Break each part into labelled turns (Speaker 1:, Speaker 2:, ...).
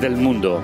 Speaker 1: del mundo.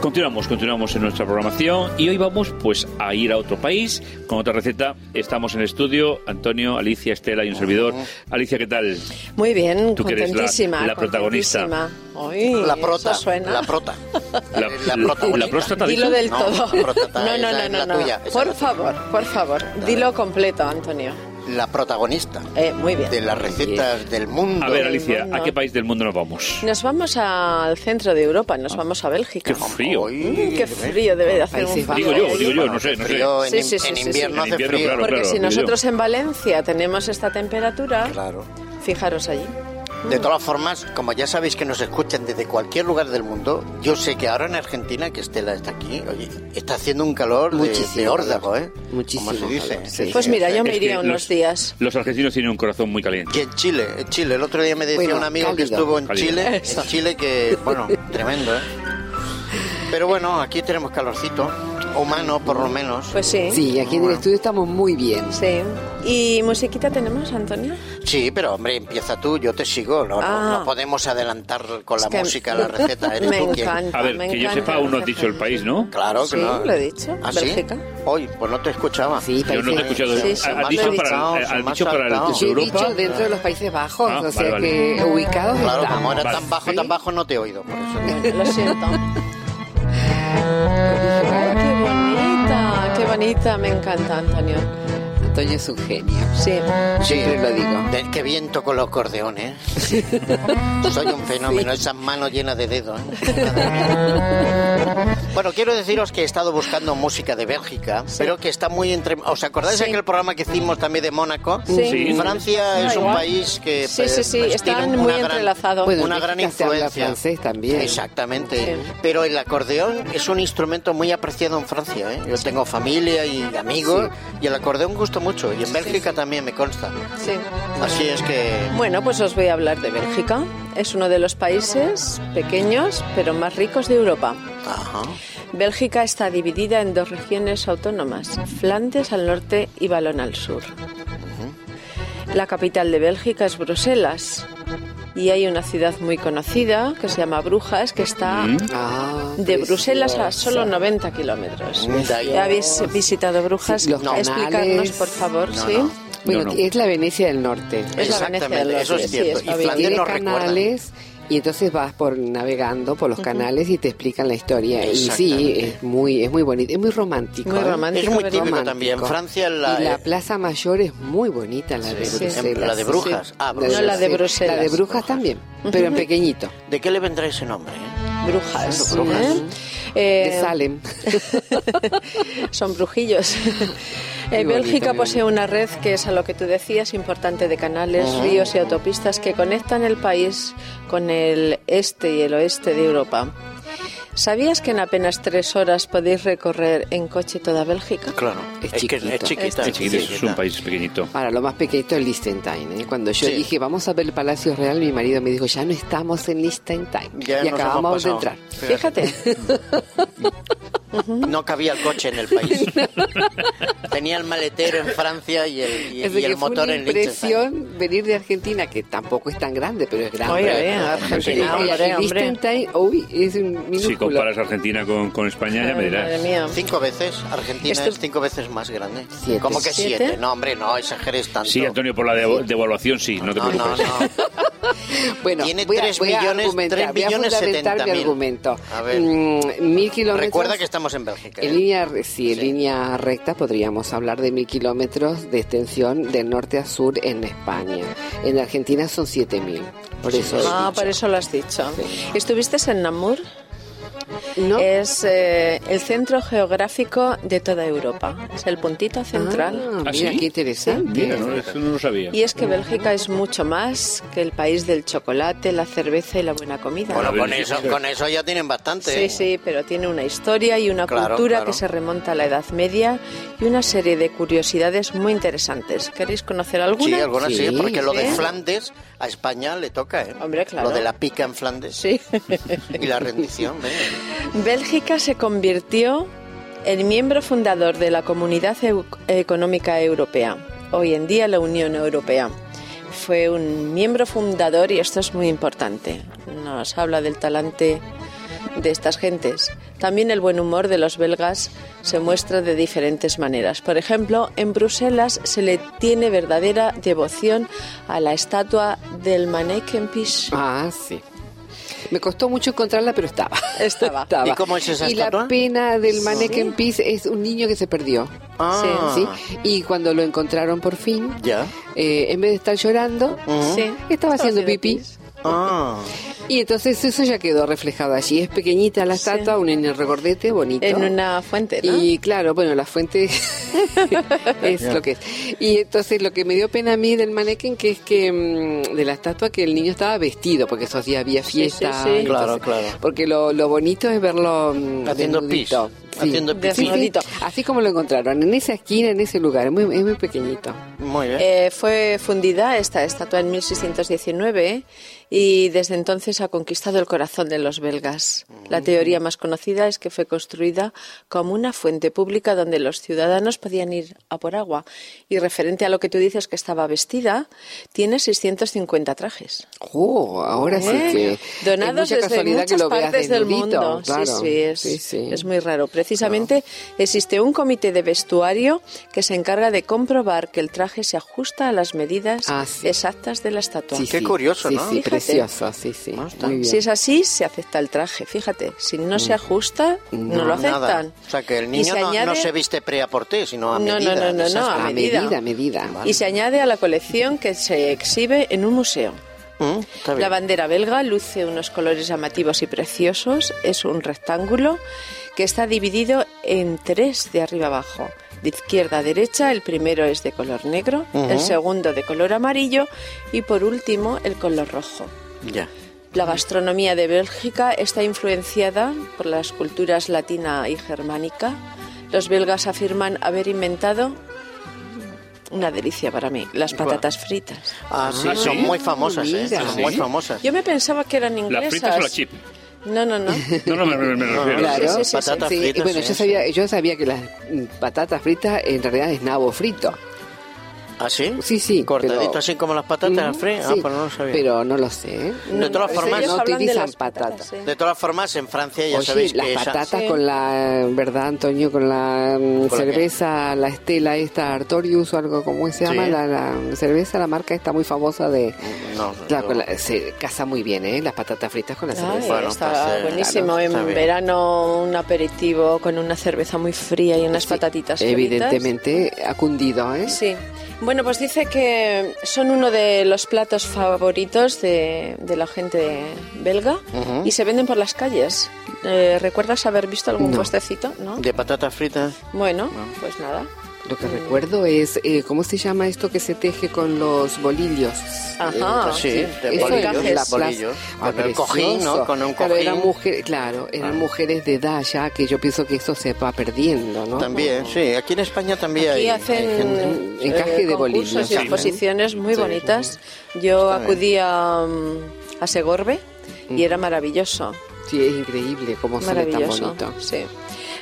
Speaker 1: Continuamos, continuamos en nuestra programación y hoy vamos pues a ir a otro país con otra receta. Estamos en el estudio, Antonio, Alicia, Estela y un servidor. Alicia, ¿qué tal?
Speaker 2: Muy bien,
Speaker 1: Tú que eres la-
Speaker 2: contentísima.
Speaker 1: la protagonista.
Speaker 2: contentísima. Ay,
Speaker 3: La prota.
Speaker 2: eso suena.
Speaker 3: La prota. Eh,
Speaker 1: La-
Speaker 3: La protagonista.
Speaker 1: la próstata,
Speaker 2: Dilo
Speaker 1: dices?
Speaker 2: del
Speaker 3: No,
Speaker 2: todo.
Speaker 3: la próstata,
Speaker 2: no, no,
Speaker 3: esa
Speaker 2: no,
Speaker 3: es
Speaker 2: no.
Speaker 3: la
Speaker 2: no.
Speaker 3: tuya, esa
Speaker 2: por
Speaker 3: es la
Speaker 2: favor, por favor, dilo completo, Antonio.
Speaker 3: La protagonista
Speaker 2: Eh, muy bien.
Speaker 3: de las recetas del mundo.
Speaker 1: A ver,
Speaker 2: del
Speaker 1: Alicia,
Speaker 2: mundo.
Speaker 1: ¿a qué país del mundo nos vamos?
Speaker 2: Nos vamos al centro de Europa, nos vamos a Bélgica.
Speaker 1: Qué frío.
Speaker 2: Mm, qué frío debe de hacer un
Speaker 4: Países
Speaker 2: frío.
Speaker 1: Digo yo, digo yo, no sé, no sé.
Speaker 3: Frío, en,
Speaker 2: Sí, sí, sí,
Speaker 3: en
Speaker 2: sí, sí.
Speaker 3: invierno
Speaker 1: En
Speaker 3: hace
Speaker 1: invierno,
Speaker 3: frío.
Speaker 1: claro.
Speaker 2: Porque si
Speaker 1: digo yo.
Speaker 2: nosotros en Valencia tenemos esta temperatura,
Speaker 3: Claro.
Speaker 2: fijaros allí.
Speaker 3: De todas formas, como ya sabéis que nos escuchan desde cualquier lugar del mundo, yo sé que ahora en Argentina, que Estela está aquí, oye, está haciendo un calor de,
Speaker 4: Muchísimo
Speaker 3: de órdago, ¿eh?
Speaker 4: Muchísimo
Speaker 3: Como se dice.
Speaker 4: calor, sí.
Speaker 2: Pues mira, yo me
Speaker 1: Es que
Speaker 2: iría unos
Speaker 1: los-
Speaker 2: días.
Speaker 1: Los argentinos tienen un corazón muy caliente.
Speaker 3: Y en Chile, en Chile, el otro día me decía
Speaker 4: Bueno,
Speaker 3: un amigo que
Speaker 4: cálido.
Speaker 3: estuvo en
Speaker 1: Cálido.
Speaker 3: Chile, en Chile que, bueno, tremendo, ¿eh? Pero bueno, aquí tenemos calorcito, humano por lo menos.
Speaker 2: Pues sí.
Speaker 4: Sí, aquí en el estudio estamos muy bien.
Speaker 2: Sí. ¿Y musiquita tenemos, Antonio?
Speaker 3: Sí, pero hombre, empieza tú, yo te sigo, no, no-
Speaker 2: Ah.
Speaker 3: no podemos adelantar con la
Speaker 2: Es que-
Speaker 3: música la receta, eres
Speaker 2: me
Speaker 3: tú quien-
Speaker 2: encanta.
Speaker 1: A ver,
Speaker 2: me
Speaker 1: que yo
Speaker 2: encanta
Speaker 1: sepa, aún no has
Speaker 2: Bélgica.
Speaker 1: dicho el país, ¿no?
Speaker 3: Claro que
Speaker 2: Sí,
Speaker 3: no.
Speaker 2: lo he dicho,
Speaker 3: ¿Ah, sí?
Speaker 2: Bélgica.
Speaker 3: Hoy, pues no te escuchaba.
Speaker 1: Yo
Speaker 4: Sí,
Speaker 1: no te he
Speaker 4: países-
Speaker 1: escuchado.
Speaker 2: Sí,
Speaker 1: Ha-
Speaker 2: sí,
Speaker 1: ha
Speaker 2: más
Speaker 1: dicho
Speaker 3: saltado,
Speaker 1: para el,
Speaker 3: son
Speaker 1: ha- has
Speaker 3: más
Speaker 1: dicho para el
Speaker 3: saltados.
Speaker 4: Yo he
Speaker 1: Europa.
Speaker 4: dicho dentro de los Países Bajos,
Speaker 1: Ah,
Speaker 4: o sea
Speaker 1: vale, vale.
Speaker 4: que ubicados
Speaker 3: Claro,
Speaker 4: estamos.
Speaker 3: como era
Speaker 1: Vale.
Speaker 3: tan bajo, tan bajo, no te he oído. Por eso.
Speaker 2: Bueno, lo siento. Ay, qué bonita, qué bonita, me encanta, Antonio.
Speaker 4: Antonio es un genio.
Speaker 2: Sí.
Speaker 3: Sí,
Speaker 4: Siempre lo digo.
Speaker 3: De- qué bien toco los cordeones. Soy un fenómeno, esas manos llenas de dedos. ¿eh? bueno, quiero deciros que he estado buscando música de Bélgica, pero que está muy entre... ¿Os acordáis
Speaker 2: Sí.
Speaker 3: de aquel programa que hicimos también de Mónaco?
Speaker 2: Sí.
Speaker 1: Sí.
Speaker 3: Francia es un
Speaker 2: igual.
Speaker 3: país que...
Speaker 2: Sí, sí, sí,
Speaker 3: pues,
Speaker 2: están
Speaker 3: tiene una
Speaker 2: muy
Speaker 3: gran-
Speaker 2: entrelazados.
Speaker 4: Bueno,
Speaker 3: una
Speaker 4: en
Speaker 3: gran
Speaker 4: Bélgica se habla
Speaker 3: influencia.
Speaker 4: francés también.
Speaker 3: Exactamente.
Speaker 2: Sí.
Speaker 3: Pero el acordeón es un instrumento muy apreciado en Francia. ¿eh? Yo tengo familia y amigos y el acordeón gusta mucho. Y en Bélgica también me consta.
Speaker 2: Sí.
Speaker 3: Así es que...
Speaker 2: Bueno, pues os voy a hablar de Bélgica. Es uno de los países pequeños, pero más ricos de Europa.
Speaker 3: Ajá.
Speaker 2: Bélgica está dividida en dos regiones autónomas, Flandes al norte y Valón al sur. La capital de Bélgica es Bruselas y hay una ciudad muy conocida que se llama Brujas, que está
Speaker 4: Ah,
Speaker 2: de Bruselas a
Speaker 4: preciosa.
Speaker 2: solo 90 kilómetros.
Speaker 3: Da igual.
Speaker 2: ¿Ya habéis visitado Brujas?
Speaker 4: Sí, los
Speaker 2: Explicarnos,
Speaker 4: canales.
Speaker 2: por favor,
Speaker 3: No,
Speaker 2: ¿sí?
Speaker 3: no.
Speaker 4: Bueno,
Speaker 1: No, no.
Speaker 4: es la Venecia del Norte.
Speaker 2: Es la
Speaker 3: Exactamente,
Speaker 2: Venecia del Norte,
Speaker 3: eso es
Speaker 2: sí,
Speaker 3: cierto.
Speaker 2: está
Speaker 3: y
Speaker 2: bien.
Speaker 3: Flandes
Speaker 4: Tiene
Speaker 3: nos recuerda.
Speaker 4: canales y entonces vas por navegando por los canales y te explican la historia. Y sí,
Speaker 3: Exactamente.
Speaker 4: es muy, es muy bonito, es muy romántico.
Speaker 2: Muy
Speaker 4: ¿eh?
Speaker 2: romántico,
Speaker 3: Es muy
Speaker 2: ¿verdad?
Speaker 3: típico
Speaker 4: Romántico.
Speaker 3: también. En Francia la,
Speaker 4: y la
Speaker 3: eh,
Speaker 4: Plaza Mayor es muy bonita, la de
Speaker 3: Sí,
Speaker 4: Bruselas.
Speaker 3: sí. La de Brujas. Ah,
Speaker 2: Bruselas. No, la de
Speaker 4: sí.
Speaker 2: Bruselas.
Speaker 4: La de Brujas también, pero en pequeñito.
Speaker 3: ¿De qué le vendrá ese nombre? eh?
Speaker 2: Brujas.
Speaker 3: Son brujas.
Speaker 2: ¿eh?
Speaker 4: de
Speaker 2: Eh,
Speaker 4: Salem.
Speaker 2: son brujillos. Eh,
Speaker 4: bonito,
Speaker 2: Bélgica
Speaker 4: muy
Speaker 2: posee una red que es a lo que tú decías, importante de canales, ríos y autopistas que conectan el país con el este y el oeste de Europa. ¿Sabías que en apenas tres horas podéis recorrer en coche toda Bélgica?
Speaker 3: Claro.
Speaker 4: Es
Speaker 3: que es
Speaker 4: chiquito.
Speaker 3: chiquita.
Speaker 2: Es
Speaker 1: Es chiquitito, es un país pequeñito.
Speaker 4: Para lo más pequeñito es Liechtenstein. ¿eh? Cuando yo
Speaker 3: Sí.
Speaker 4: dije, vamos a ver el Palacio Real, mi marido me dijo, ya no estamos en Liechtenstein.
Speaker 3: Ya
Speaker 4: y
Speaker 3: nos hemos
Speaker 4: acabamos de
Speaker 3: pasado.
Speaker 4: entrar.
Speaker 2: Fíjate,
Speaker 3: No cabía el coche en el país. Tenía el maletero en Francia y el, y-
Speaker 4: Es
Speaker 3: y
Speaker 4: de
Speaker 3: el
Speaker 4: que fue
Speaker 3: motor
Speaker 4: una
Speaker 3: en Liechtenstein.
Speaker 4: impresión venir de Argentina, que tampoco es tan grande, pero es grande.
Speaker 2: Oye, oye,
Speaker 4: Y-
Speaker 2: Argentina,
Speaker 4: y
Speaker 2: hombre, hombre.
Speaker 4: eh, Liechtenstein, uy, es un
Speaker 1: Si
Speaker 4: minúsculo.
Speaker 1: comparas Argentina con, con España, ya me
Speaker 2: madre
Speaker 1: dirás.
Speaker 2: mía.
Speaker 3: Cinco veces. Argentina
Speaker 2: Esto-
Speaker 3: es cinco veces más grande.
Speaker 4: Siete.
Speaker 3: ¿Cómo que siete?
Speaker 2: ¿Siete?
Speaker 3: No, hombre, no exageres tanto.
Speaker 1: Sí, Antonio, por la devo- devaluación sí, no te
Speaker 3: No, no,
Speaker 1: preocupes.
Speaker 3: no.
Speaker 4: Bueno,
Speaker 3: Tiene
Speaker 4: voy a-
Speaker 3: tres
Speaker 4: voy a
Speaker 3: millones-
Speaker 4: argumentar,
Speaker 3: tres
Speaker 4: voy a
Speaker 3: millones
Speaker 4: fundamentar
Speaker 3: setenta
Speaker 4: mi
Speaker 3: mil.
Speaker 4: argumento.
Speaker 3: A ver.
Speaker 4: Mm, mil kilómetros.
Speaker 3: Recuerda que estamos en Bélgica. ¿eh?
Speaker 4: En línea, re- sí, en
Speaker 3: Sí.
Speaker 4: línea recta podríamos hablar de mil kilómetros de extensión del norte a sur en España. En Argentina son siete mil. Por eso.
Speaker 2: Ah, por eso lo has dicho. ¿Estuviste en Namur?
Speaker 4: ¿No?
Speaker 2: Es eh, el centro geográfico de toda Europa. Es el puntito central.
Speaker 4: Ah,
Speaker 1: ¿Ah,
Speaker 4: mira,
Speaker 1: sí?
Speaker 4: qué interesante.
Speaker 1: Mira, no, eso no lo sabía.
Speaker 2: Y es que Bélgica es mucho más que el país del chocolate, la cerveza y la buena comida.
Speaker 3: Bueno,
Speaker 1: A ver,
Speaker 3: con
Speaker 1: sí,
Speaker 3: eso,
Speaker 1: sí.
Speaker 3: con eso ya tienen bastante.
Speaker 2: Sí,
Speaker 3: ¿eh?
Speaker 2: sí, pero tiene una historia y una
Speaker 3: Claro,
Speaker 2: cultura
Speaker 3: claro.
Speaker 2: que se remonta a la Edad Media y una serie de curiosidades muy interesantes. ¿Queréis conocer alguna?
Speaker 3: Sí, algunas sí,
Speaker 4: Sí.
Speaker 3: porque lo de
Speaker 2: Sí.
Speaker 3: Flandes a España le toca, ¿eh?
Speaker 2: Hombre, claro.
Speaker 3: Lo de la pica en Flandes
Speaker 2: Sí.
Speaker 3: y la rendición, ¿eh? venga.
Speaker 2: Bélgica se convirtió en miembro fundador de la Comunidad Eu- Económica Europea, hoy en día la Unión Europea. Fue un miembro fundador y esto es muy importante. Nos habla del talante de estas gentes. También el buen humor de los belgas se muestra de diferentes maneras. Por ejemplo, en Bruselas se le tiene verdadera devoción a la estatua del Mannequinpis.
Speaker 4: Ah, sí. Me costó mucho encontrarla, pero estaba.
Speaker 2: Estaba.
Speaker 4: Estaba.
Speaker 3: ¿Y cómo es esa
Speaker 4: Y la
Speaker 3: estatua?
Speaker 4: pena del mannequin
Speaker 2: Sí.
Speaker 4: Peace es un niño que se perdió.
Speaker 3: Ah,
Speaker 4: ¿sí? Y cuando lo encontraron por fin,
Speaker 3: Ya.
Speaker 4: eh, en vez de estar llorando,
Speaker 3: Ujú.
Speaker 2: Sí.
Speaker 4: Estaba haciendo pipí.
Speaker 2: pis.
Speaker 3: Ah.
Speaker 4: y entonces eso ya quedó reflejado allí. Es pequeñita la
Speaker 2: Sí.
Speaker 4: estatua, un en el regordete bonito.
Speaker 2: En una fuente, ¿no?
Speaker 4: Y claro, bueno, la fuente es lo que es. Y entonces lo que me dio pena a mí del mannequin, que es que mm, de la estatua que el niño estaba vestido, porque esos días había
Speaker 2: Sí, sí,
Speaker 4: fiesta.
Speaker 2: sí.
Speaker 4: entonces-
Speaker 3: Claro, claro.
Speaker 4: Porque lo, lo bonito es verlo mm,
Speaker 3: Haciendo pis.
Speaker 4: desnudito. Sí.
Speaker 3: Haciendo pis.
Speaker 4: Sí, sí.
Speaker 2: Desnudito.
Speaker 4: Así como lo encontraron, en esa esquina, en ese lugar, es muy, es muy pequeñito.
Speaker 3: Muy bien.
Speaker 2: Eh, fue fundida esta estatua en 1619 y desde entonces ha conquistado el corazón de los belgas. La teoría más conocida es que fue construida como una fuente pública donde los ciudadanos podían ir a por agua. Y referente a lo que tú dices que estaba vestida, tiene 650 trajes.
Speaker 4: ¡Oh! Ahora sí
Speaker 2: ¿eh?
Speaker 4: que. es
Speaker 2: Donados
Speaker 4: mucha
Speaker 2: desde
Speaker 4: casualidad
Speaker 2: muchas
Speaker 4: que lo veas
Speaker 2: partes del
Speaker 4: desnudito,
Speaker 2: mundo.
Speaker 4: claro.
Speaker 2: Sí, sí, es,
Speaker 4: Sí, sí.
Speaker 2: es muy raro. Precisamente existe un comité de vestuario que se encarga de comprobar que el traje se ajusta a las medidas
Speaker 4: Ah, sí.
Speaker 2: exactas de la estatua.
Speaker 4: Sí,
Speaker 3: Qué
Speaker 4: sí,
Speaker 3: curioso,
Speaker 4: sí,
Speaker 3: ¿no?
Speaker 4: Sí,
Speaker 2: Fíjate.
Speaker 4: precioso, sí, sí.
Speaker 3: Ah, está.
Speaker 4: Muy bien. Mm.
Speaker 2: Si es así, se acepta el traje. Fíjate, si no se ajusta, no, lo
Speaker 3: Nada.
Speaker 2: aceptan.
Speaker 3: O sea, que el
Speaker 2: Y
Speaker 3: niño
Speaker 2: se
Speaker 3: no,
Speaker 2: añade-
Speaker 3: no se viste pre-aporté, sino a
Speaker 2: No, no,
Speaker 3: medida.
Speaker 2: no, no, no,
Speaker 3: Esas-
Speaker 2: a
Speaker 4: a
Speaker 2: medida.
Speaker 4: medida, a medida.
Speaker 2: Y se añade a la colección que se exhibe en un museo.
Speaker 3: Mm, está
Speaker 2: La
Speaker 3: bien.
Speaker 2: bandera belga luce unos colores llamativos y preciosos. Es un rectángulo que está dividido en tres de arriba abajo. De izquierda a derecha, el primero es de color negro,
Speaker 3: Ujú.
Speaker 2: el segundo de color amarillo y por último el color rojo.
Speaker 3: Ya.
Speaker 2: La gastronomía de Bélgica está influenciada por las culturas latina y germánica. Los belgas afirman haber inventado una delicia para mí, las patatas fritas.
Speaker 3: Ah, sí, son muy famosas, ¿eh?
Speaker 4: mira.
Speaker 3: Son
Speaker 1: ¿Sí?
Speaker 3: muy famosas.
Speaker 2: Yo me pensaba que eran inglesas.
Speaker 1: ¿Las fritas o la chip?
Speaker 2: No, no, no.
Speaker 1: No, no, me, me- me refiero.
Speaker 4: Claro,
Speaker 2: Sí, sí, sí,
Speaker 3: patatas
Speaker 4: Sí,
Speaker 3: fritas.
Speaker 4: y bueno,
Speaker 3: sí,
Speaker 4: yo
Speaker 3: sí.
Speaker 4: sabía, yo sabía que las mm, patatas fritas en realidad es nabo frito.
Speaker 3: ¿Ah, sí?
Speaker 4: Sí, sí,
Speaker 3: Cortadito
Speaker 4: pero-
Speaker 3: así como las patatas
Speaker 4: Ujú,
Speaker 3: fritas. Ah,
Speaker 4: sí,
Speaker 3: pero no lo sabía.
Speaker 4: Pero no lo sé. ¿eh?
Speaker 3: de todas
Speaker 4: Ellos
Speaker 3: formas,
Speaker 4: no
Speaker 2: hablan de
Speaker 4: utilizan
Speaker 2: las patatas,
Speaker 4: patatas.
Speaker 2: sí.
Speaker 3: De todas formas, en Francia ya
Speaker 4: Oye,
Speaker 3: sabéis
Speaker 4: las
Speaker 3: que esa-
Speaker 4: patatas
Speaker 2: Sí.
Speaker 4: con la, ¿verdad, Antonio? Con la mm,
Speaker 3: ¿Con la
Speaker 4: cerveza, la, estela esta, Artorius o algo como se
Speaker 3: Sí.
Speaker 4: llama, la, la cerveza, la marca está muy famosa de...
Speaker 3: No,
Speaker 4: La-
Speaker 3: no.
Speaker 4: con la- se casa muy bien, ¿eh? Las patatas fritas con la
Speaker 2: Ay,
Speaker 4: cerveza.
Speaker 3: Bueno,
Speaker 2: está
Speaker 3: pues, eh,
Speaker 2: buenísimo.
Speaker 3: claro, está
Speaker 2: en
Speaker 3: bien.
Speaker 2: verano un aperitivo con una cerveza muy fría y unas
Speaker 4: Sí,
Speaker 2: patatitas fritas.
Speaker 4: Evidentemente, ha cundido, ¿eh?
Speaker 2: Sí. Bueno, pues dice que son uno de los platos favoritos de, de la gente belga y se venden por las calles. Eh, ¿Recuerdas haber visto algún
Speaker 4: No.
Speaker 2: puestecito? ¿No?
Speaker 3: De patatas fritas.
Speaker 2: Bueno, pues nada.
Speaker 4: Lo que recuerdo es, eh, ¿cómo se llama esto que se teje con los bolillos? Eh,
Speaker 2: Ajá. Ah,
Speaker 3: Eh, pues sí,
Speaker 2: sí.
Speaker 3: de
Speaker 2: Eso
Speaker 3: bolillos.
Speaker 2: encajes.
Speaker 3: la- bolillos.
Speaker 4: Ah,
Speaker 3: Con el
Speaker 4: precioso.
Speaker 3: cojín, ¿no? Con un
Speaker 4: Claro, eran
Speaker 3: cojín. Ah.
Speaker 4: mujer- claro, eran mujeres de edad ya, que yo pienso que eso se va perdiendo, ¿no?
Speaker 3: También, sí. Aquí en España también
Speaker 2: Y
Speaker 3: hay. hay gente-
Speaker 2: hacen eh,
Speaker 4: gente- Encaje de
Speaker 2: concursos
Speaker 4: bolillos,
Speaker 2: y
Speaker 4: sí.
Speaker 2: exposiciones muy bonitas. Yo
Speaker 3: Está bien.
Speaker 2: acudí a, mm, a Segorbe y era maravilloso.
Speaker 4: Sí, es increíble cómo sale Mm. tan
Speaker 2: Maravilloso.
Speaker 4: bonito.
Speaker 2: Sí.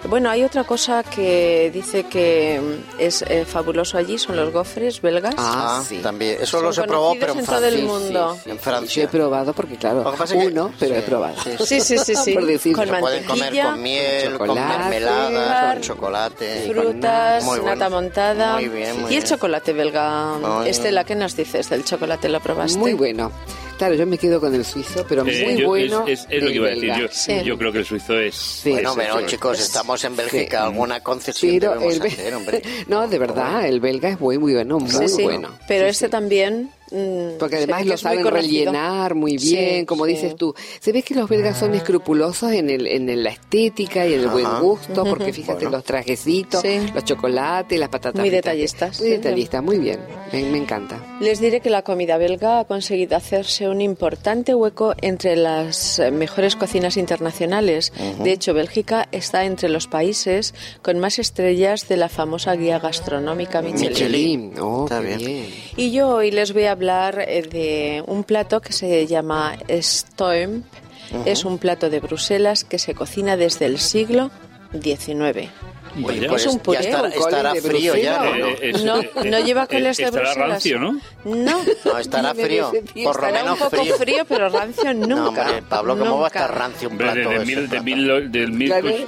Speaker 2: Bueno, hay otra cosa que dice que mm, es eh, fabuloso allí, son los gofres belgas.
Speaker 4: Ah,
Speaker 3: Ah,
Speaker 4: sí.
Speaker 3: también. Eso
Speaker 2: Son
Speaker 3: lo se probó,
Speaker 2: conocidos
Speaker 3: pero en
Speaker 2: en todo el
Speaker 3: Francia.
Speaker 4: Sí,
Speaker 2: mundo.
Speaker 4: sí, sí,
Speaker 3: En
Speaker 4: sí.
Speaker 3: Francia.
Speaker 4: Yo he probado porque, claro,
Speaker 3: Lo que pasa es que-
Speaker 4: uno, pero
Speaker 3: sí,
Speaker 4: he probado.
Speaker 3: sí,
Speaker 2: Sí, sí, sí, sí.
Speaker 4: Por decir.
Speaker 2: con
Speaker 4: Se
Speaker 3: Pueden comer
Speaker 2: mantequilla,
Speaker 3: con miel, con,
Speaker 4: chocolate,
Speaker 3: mermelada,
Speaker 2: azúcar,
Speaker 3: con chocolate.
Speaker 2: frutas,
Speaker 3: Muy bueno.
Speaker 2: nata montada.
Speaker 3: Muy bien, muy
Speaker 2: y el
Speaker 3: bien.
Speaker 2: chocolate belga.
Speaker 3: Muy
Speaker 2: Estela, ¿qué nos dices del chocolate? ¿Lo probaste?
Speaker 4: Muy bueno. Claro, yo me quedo con el suizo, pero
Speaker 1: Eh,
Speaker 4: muy
Speaker 1: yo-
Speaker 4: bueno.
Speaker 1: Es, es- es lo
Speaker 4: el
Speaker 1: que iba a decir.
Speaker 4: belga.
Speaker 1: Yo,
Speaker 2: Sí.
Speaker 1: yo creo que el suizo es.
Speaker 3: Bueno,
Speaker 4: Sí,
Speaker 3: pero
Speaker 4: sí.
Speaker 3: chicos, estamos en Bélgica.
Speaker 4: Sí.
Speaker 3: Alguna concesión
Speaker 4: Pero
Speaker 3: debemos
Speaker 4: el be-
Speaker 3: hacer, hombre.
Speaker 4: no, de verdad, el belga es muy, muy bueno, muy
Speaker 2: Sí, sí.
Speaker 4: bueno.
Speaker 2: Pero
Speaker 4: Sí,
Speaker 2: este
Speaker 4: sí.
Speaker 2: también. mm,
Speaker 4: Porque
Speaker 2: se ve
Speaker 4: además
Speaker 2: que
Speaker 4: lo
Speaker 2: es muy
Speaker 4: saben
Speaker 2: conocido.
Speaker 4: rellenar muy bien,
Speaker 2: Sí,
Speaker 4: como
Speaker 2: sí. Ah.
Speaker 4: dices tú. Se ve que los belgas son escrupulosos en, el, en el- la estética y en el buen
Speaker 3: Ajá.
Speaker 4: gusto, porque fíjate los trajecitos,
Speaker 2: Sí.
Speaker 4: los chocolates, las patatas.
Speaker 2: Muy
Speaker 4: fritas.
Speaker 2: detallistas,
Speaker 4: Muy
Speaker 2: sí.
Speaker 4: detallistas, muy bien. Me, me encanta.
Speaker 2: Les diré que la comida belga ha conseguido hacerse un importante hueco entre las eh, mejores cocinas internacionales. De hecho, Bélgica está entre los países con más estrellas de la famosa guía gastronómica Michelin.
Speaker 3: Michelin.
Speaker 4: Michelin, oh,
Speaker 3: Está
Speaker 4: qué
Speaker 3: bien.
Speaker 2: Y yo hoy les voy a hablar eh, de un plato que se llama Stoemp. Es un plato de Bruselas que se cocina desde el siglo XIX.
Speaker 3: Oye,
Speaker 1: Vaya.
Speaker 3: pues
Speaker 1: Es
Speaker 2: un puré,
Speaker 3: ya estará,
Speaker 4: un cole
Speaker 3: estará
Speaker 4: de
Speaker 3: frío ya,
Speaker 4: Bruselas.
Speaker 3: ¿no?
Speaker 1: Eh, eh, es-
Speaker 2: No,
Speaker 1: eh,
Speaker 2: no lleva colas de
Speaker 1: estará
Speaker 2: Bruselas.
Speaker 1: rancio, ¿no?
Speaker 2: No.
Speaker 3: No, estará
Speaker 4: Dime de
Speaker 3: frío.
Speaker 4: ese
Speaker 3: Por
Speaker 4: tío,
Speaker 3: lo
Speaker 2: Estará
Speaker 3: menos
Speaker 2: un poco frío, pero rancio nunca.
Speaker 3: No, hombre, Pablo, ¿cómo va a
Speaker 2: nunca.
Speaker 3: estar rancio un
Speaker 1: Hombre,
Speaker 3: plato?
Speaker 1: de,
Speaker 3: de
Speaker 1: de
Speaker 3: ese
Speaker 1: mil, de
Speaker 3: plato?
Speaker 1: mil, o- del mil
Speaker 4: Claro.
Speaker 1: och-
Speaker 3: Frío,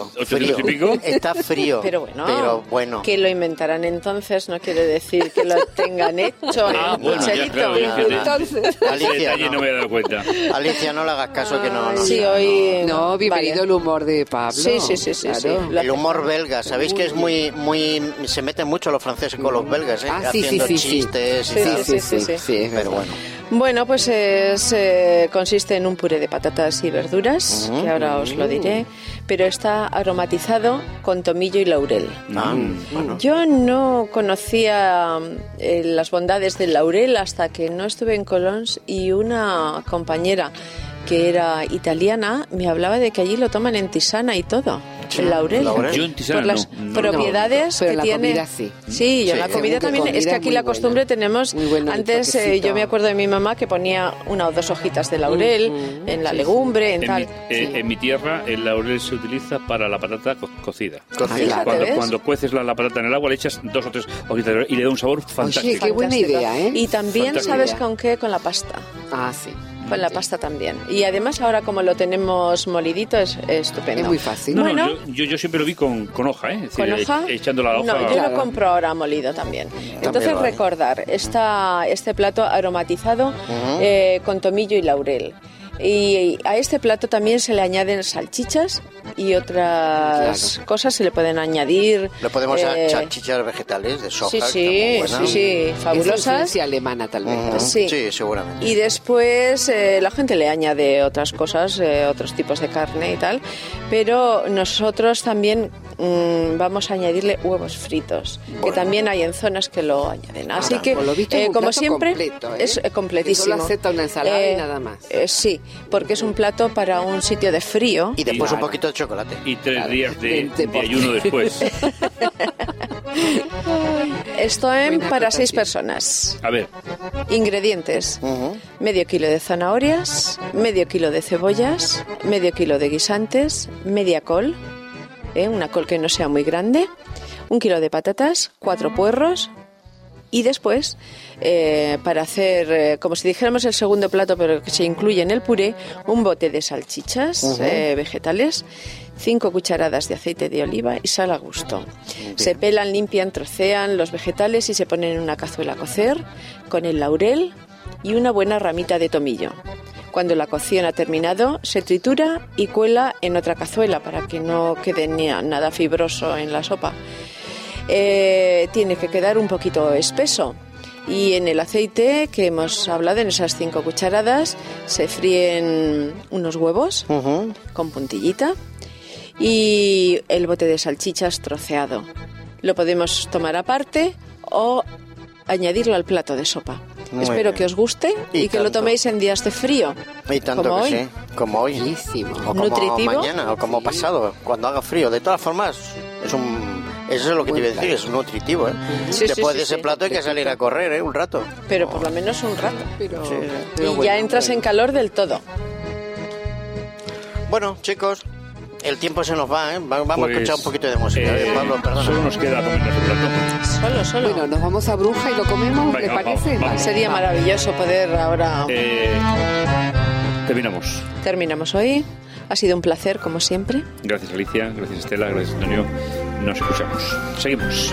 Speaker 1: ochocientos ochocientos y
Speaker 3: frío.
Speaker 1: pico.
Speaker 3: Está frío.
Speaker 2: Pero bueno,
Speaker 3: Pero bueno.
Speaker 2: que lo inventarán entonces no quiere decir que lo tengan hecho.
Speaker 1: Ah,
Speaker 2: eh,
Speaker 1: bueno, ya,
Speaker 2: Chicharito.
Speaker 1: claro, ya, ya.
Speaker 4: Entonces.
Speaker 1: Ese
Speaker 3: Alicia,
Speaker 1: detalle
Speaker 3: no.
Speaker 1: no. me he dado cuenta.
Speaker 3: Alicia, no le hagas caso que no. no
Speaker 2: Sí,
Speaker 3: no.
Speaker 2: hoy...
Speaker 4: No,
Speaker 2: Eh,
Speaker 4: bienvenido
Speaker 2: vale.
Speaker 4: el humor de Pablo.
Speaker 2: Sí, sí, sí, sí, sí.
Speaker 4: claro.
Speaker 2: Lo-
Speaker 3: El humor belga, sabéis que es muy, muy, se meten mucho los franceses con los belgas, ¿eh?
Speaker 4: Ah, sí, sí,
Speaker 3: haciendo
Speaker 4: sí, sí.
Speaker 3: chistes
Speaker 2: Sí,
Speaker 3: y tal.
Speaker 2: sí, sí, sí, sí.
Speaker 4: es
Speaker 3: Pero
Speaker 4: verdad.
Speaker 3: bueno,
Speaker 2: Bueno, pues es, eh, consiste en un puré de patatas y verduras,
Speaker 3: Mm.
Speaker 2: que ahora os lo diré, pero está aromatizado con tomillo y laurel.
Speaker 3: Ah, bueno.
Speaker 2: Yo no conocía eh, las bondades del laurel hasta que no estuve en Colón y una compañera que era italiana me hablaba de que allí lo toman en tisana y todo.
Speaker 3: Sí,
Speaker 2: el laurel.
Speaker 3: laurel.
Speaker 1: Yo en tisana
Speaker 2: Por las
Speaker 1: no, no.
Speaker 2: propiedades
Speaker 4: No, pero
Speaker 2: que
Speaker 4: la
Speaker 2: tiene.
Speaker 4: comida sí.
Speaker 2: Sí, yo
Speaker 3: Sí,
Speaker 2: la
Speaker 3: según
Speaker 2: comida
Speaker 4: qué
Speaker 2: también. es
Speaker 4: comida,
Speaker 2: que aquí
Speaker 4: muy
Speaker 2: la
Speaker 4: buena.
Speaker 2: costumbre tenemos.
Speaker 4: Muy bueno el
Speaker 2: antes eh,
Speaker 4: toquecito.
Speaker 2: yo me acuerdo de mi mamá que ponía una o dos hojitas de laurel
Speaker 4: Mm,
Speaker 2: en la
Speaker 4: sí,
Speaker 2: legumbre, en
Speaker 1: En mi,
Speaker 2: tal.
Speaker 1: eh, en mi tierra el laurel se utiliza para la patata co- cocida.
Speaker 3: cocida.
Speaker 4: Ah,
Speaker 1: Cuando,
Speaker 2: ves?
Speaker 1: cuando cueces la, la patata en el agua le echas dos o tres hojitas de laurel y le da un sabor fantástico.
Speaker 4: Qué buena
Speaker 2: Fantástico.
Speaker 4: idea, ¿eh?
Speaker 2: Y también,
Speaker 1: Fantástica
Speaker 2: ¿sabes
Speaker 4: idea.
Speaker 2: con qué? Con la pasta.
Speaker 4: Ah, sí.
Speaker 2: Con la
Speaker 4: Sí.
Speaker 2: pasta también. Y además ahora como lo tenemos molidito es estupendo.
Speaker 4: Es muy fácil.
Speaker 1: No, no,
Speaker 2: Bueno.
Speaker 1: yo, yo, yo siempre lo vi con, con hoja, ¿eh? Es
Speaker 2: ¿Con
Speaker 1: decir,
Speaker 2: hoja?
Speaker 1: e- echando la hoja.
Speaker 2: No, yo
Speaker 4: Claro.
Speaker 2: lo compro ahora molido también. Entonces
Speaker 3: vale.
Speaker 2: recordar esta, este plato aromatizado eh, con tomillo y laurel. Y a este plato también se le añaden salchichas y otras
Speaker 4: Claro.
Speaker 2: cosas se le pueden añadir.
Speaker 3: Le podemos
Speaker 2: eh,
Speaker 3: echar chichas vegetales de soja.
Speaker 2: Sí,
Speaker 3: que
Speaker 2: sí,
Speaker 3: está muy
Speaker 2: sí,
Speaker 3: buena.
Speaker 2: sí,
Speaker 4: Es
Speaker 2: fabulosas.
Speaker 4: influencia alemana, tal vez. ¿no?
Speaker 3: Ujú.
Speaker 2: Sí.
Speaker 3: Sí, seguramente.
Speaker 2: Y después eh, la gente le añade otras cosas, eh, otros tipos de carne y tal, pero nosotros también mm, vamos a añadirle huevos fritos, que también hay en zonas que lo añaden. Así
Speaker 3: Ahora,
Speaker 2: que, eh,
Speaker 4: por lo visto, es un
Speaker 2: como
Speaker 4: plato
Speaker 2: siempre,
Speaker 4: completo, ¿eh?
Speaker 2: es eh, completísimo.
Speaker 4: Que solo acepta una ensalada y nada más.
Speaker 2: eh, sí, porque es un plato para un sitio de frío.
Speaker 3: Y después un
Speaker 4: Claro.
Speaker 3: poquito de chocolate.
Speaker 1: Y tres
Speaker 4: Claro.
Speaker 1: días de,
Speaker 4: Veinte
Speaker 1: de
Speaker 4: por-
Speaker 1: ayuno después.
Speaker 2: Esto en
Speaker 4: Buena
Speaker 2: para seis
Speaker 4: acotación.
Speaker 2: personas.
Speaker 1: A ver,
Speaker 2: Ingredientes.
Speaker 3: Ujú.
Speaker 2: Medio kilo de zanahorias, medio kilo de cebollas, medio kilo de guisantes, media col, ¿eh? una col que no sea muy grande, un kilo de patatas, cuatro puerros y después, eh, para hacer, eh, como si dijéramos el segundo plato, pero que se incluye en el puré, un bote de salchichas eh, vegetales, cinco cucharadas de aceite de oliva y sal a gusto. Se pelan, limpian, trocean los vegetales y se ponen en una cazuela a cocer con el laurel y una buena ramita de tomillo. Cuando la cocción ha terminado, se tritura y cuela en otra cazuela para que no quede ni a- nada fibroso en la sopa. Eh, tiene que quedar un poquito espeso. Y en el aceite que hemos hablado, en esas cinco cucharadas, se fríen unos huevos
Speaker 3: Ujú.
Speaker 2: con puntillita y el bote de salchichas troceado. Lo podemos tomar aparte o añadirlo al plato de sopa.
Speaker 3: Muy
Speaker 2: Espero
Speaker 3: bien.
Speaker 2: que os guste y,
Speaker 3: Y
Speaker 2: que lo
Speaker 3: tanto.
Speaker 2: toméis en días de frío.
Speaker 3: Y tanto
Speaker 2: como
Speaker 3: que
Speaker 2: hoy.
Speaker 3: sí. Como hoy.
Speaker 4: Buenísimo.
Speaker 3: O como
Speaker 2: Nutritivo.
Speaker 3: mañana, o como pasado, cuando haga frío. De todas formas, es un... Eso es lo que te iba a decir, es nutritivo, ¿eh?
Speaker 2: Sí, sí,
Speaker 3: Después
Speaker 2: sí,
Speaker 3: de ese
Speaker 2: sí.
Speaker 3: plato hay que salir a correr, ¿eh? Un rato.
Speaker 2: Pero por lo menos un rato.
Speaker 4: Pero,
Speaker 3: Sí.
Speaker 2: Y
Speaker 4: pero bueno,
Speaker 2: ya entras en
Speaker 4: bueno.
Speaker 2: calor del todo.
Speaker 3: Bueno, chicos, el tiempo se nos va, ¿eh? Va- Vamos
Speaker 1: pues,
Speaker 3: a escuchar un poquito de música.
Speaker 1: eh,
Speaker 3: ¿eh? Pablo,
Speaker 1: Solo
Speaker 3: perdona.
Speaker 1: nos queda comer nuestro plato.
Speaker 2: Solo, solo.
Speaker 4: Bueno, nos vamos a Bruja y lo comemos, ¿les
Speaker 1: Venga,
Speaker 4: parece?
Speaker 1: vamos, vamos.
Speaker 2: Sería maravilloso poder ahora...
Speaker 1: Eh, terminamos.
Speaker 2: Terminamos hoy. Ha sido un placer, como siempre.
Speaker 1: Gracias Alicia, gracias Estela, gracias Antonio. Nos escuchamos. Seguimos.